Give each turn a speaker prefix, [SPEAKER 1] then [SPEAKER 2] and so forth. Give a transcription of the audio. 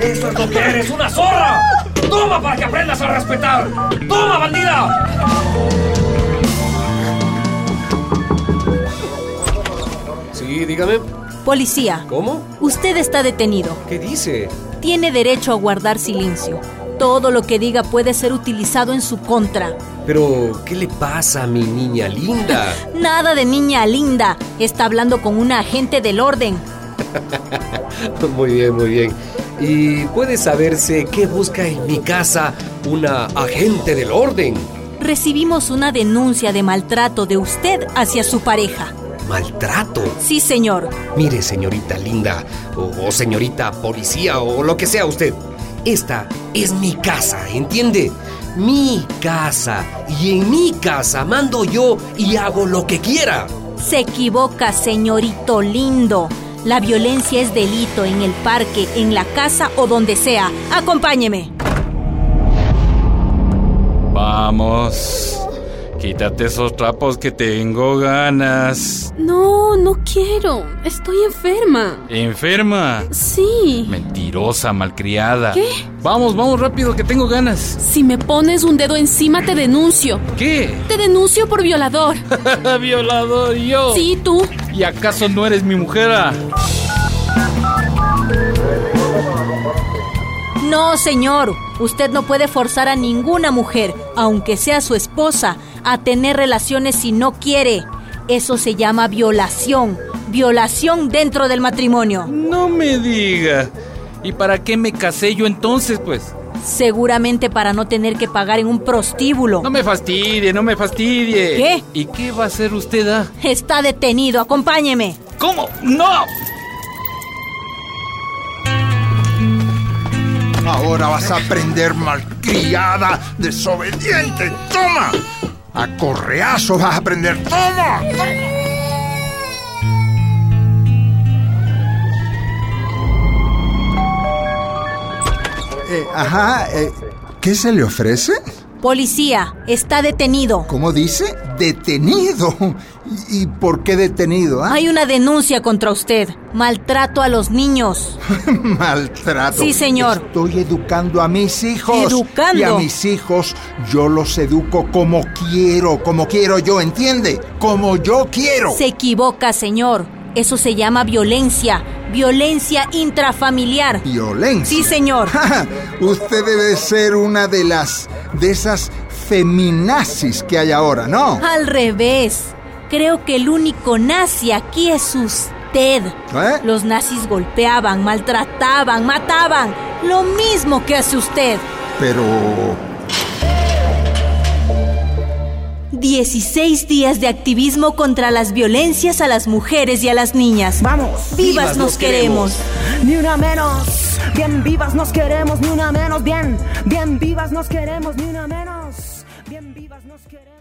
[SPEAKER 1] ¡Eso es lo que eres, una zorra! ¡Toma para que aprendas a respetar! ¡Toma, bandida!
[SPEAKER 2] Sí, dígame.
[SPEAKER 3] Policía,
[SPEAKER 2] ¿Cómo?
[SPEAKER 3] usted está detenido.
[SPEAKER 2] ¿Qué dice?
[SPEAKER 3] Tiene derecho a guardar silencio. Todo lo que diga puede ser utilizado en su contra.
[SPEAKER 2] Pero, ¿qué le pasa a mi niña linda?
[SPEAKER 3] Nada de niña linda. Está hablando con una agente del orden.
[SPEAKER 2] muy bien, muy bien. ¿Y puede saberse qué busca en mi casa una agente del orden?
[SPEAKER 3] Recibimos una denuncia de maltrato de usted hacia su pareja.
[SPEAKER 2] Maltrato.
[SPEAKER 3] Sí, señor.
[SPEAKER 2] Mire, señorita linda, o, o señorita policía, o lo que sea usted. Esta es mi casa, ¿entiende? Mi casa. Y en mi casa mando yo y hago lo que quiera.
[SPEAKER 3] Se equivoca, señorito lindo. La violencia es delito en el parque, en la casa o donde sea. Acompáñeme.
[SPEAKER 4] Vamos. Quítate esos trapos que tengo ganas.
[SPEAKER 5] No, no quiero. Estoy enferma.
[SPEAKER 4] Enferma.
[SPEAKER 5] Sí.
[SPEAKER 4] Mentirosa, malcriada.
[SPEAKER 5] ¿Qué?
[SPEAKER 4] Vamos, vamos rápido que tengo ganas.
[SPEAKER 5] Si me pones un dedo encima te denuncio.
[SPEAKER 4] ¿Qué?
[SPEAKER 5] Te denuncio por violador.
[SPEAKER 4] Violador
[SPEAKER 3] Oh.
[SPEAKER 4] yo.
[SPEAKER 5] Sí, tú.
[SPEAKER 4] ¿Y acaso no eres mi mujer? ah?
[SPEAKER 3] No, señor. Usted no puede forzar a ninguna mujer, aunque sea su esposa, a tener relaciones si no quiere. Eso se llama violación. Violación dentro del matrimonio.
[SPEAKER 4] No me diga. ¿Y para qué me casé yo entonces, pues?
[SPEAKER 3] Seguramente para no tener que pagar en un prostíbulo.
[SPEAKER 4] No me fastidie, no me fastidie.
[SPEAKER 3] ¿Qué?
[SPEAKER 4] ¿Y qué va a hacer usted? ah?
[SPEAKER 3] Está detenido. Acompáñeme.
[SPEAKER 4] ¿Cómo? ¡No!
[SPEAKER 6] Ahora vas a aprender malcriada, desobediente. ¡Toma! A correazo vas a aprender. ¡Toma!
[SPEAKER 7] Eh, ajá, eh, ¿qué se le ofrece?
[SPEAKER 3] Policía, está detenido.
[SPEAKER 7] ¿Cómo dice? Detenido. ¿Y, y por qué detenido? ah?
[SPEAKER 3] Hay una denuncia contra usted. Maltrato a los niños.
[SPEAKER 7] Maltrato.
[SPEAKER 3] Sí, señor.
[SPEAKER 7] Estoy educando a mis hijos.
[SPEAKER 3] ¿Educando?
[SPEAKER 7] Y a mis hijos yo los educo como quiero, como quiero yo, ¿entiende? Como yo quiero.
[SPEAKER 3] Se equivoca, señor. Eso se llama violencia. Violencia intrafamiliar.
[SPEAKER 7] Violencia.
[SPEAKER 3] Sí, señor.
[SPEAKER 7] Ja, Usted debe ser una de las de esas feminazis que hay ahora, ¿no?
[SPEAKER 3] Al revés. Creo que el único nazi aquí es usted.
[SPEAKER 7] ¿Eh?
[SPEAKER 3] Los nazis golpeaban, maltrataban, mataban. Lo mismo que hace usted.
[SPEAKER 7] Pero
[SPEAKER 3] 16 días de activismo contra las violencias a las mujeres y a las niñas.
[SPEAKER 8] Vamos,
[SPEAKER 3] Vivas, nos queremos.
[SPEAKER 8] ni una menos. Bien vivas nos queremos, ni una menos. Bien, bien vivas nos queremos, ni una menos. Bien vivas nos queremos.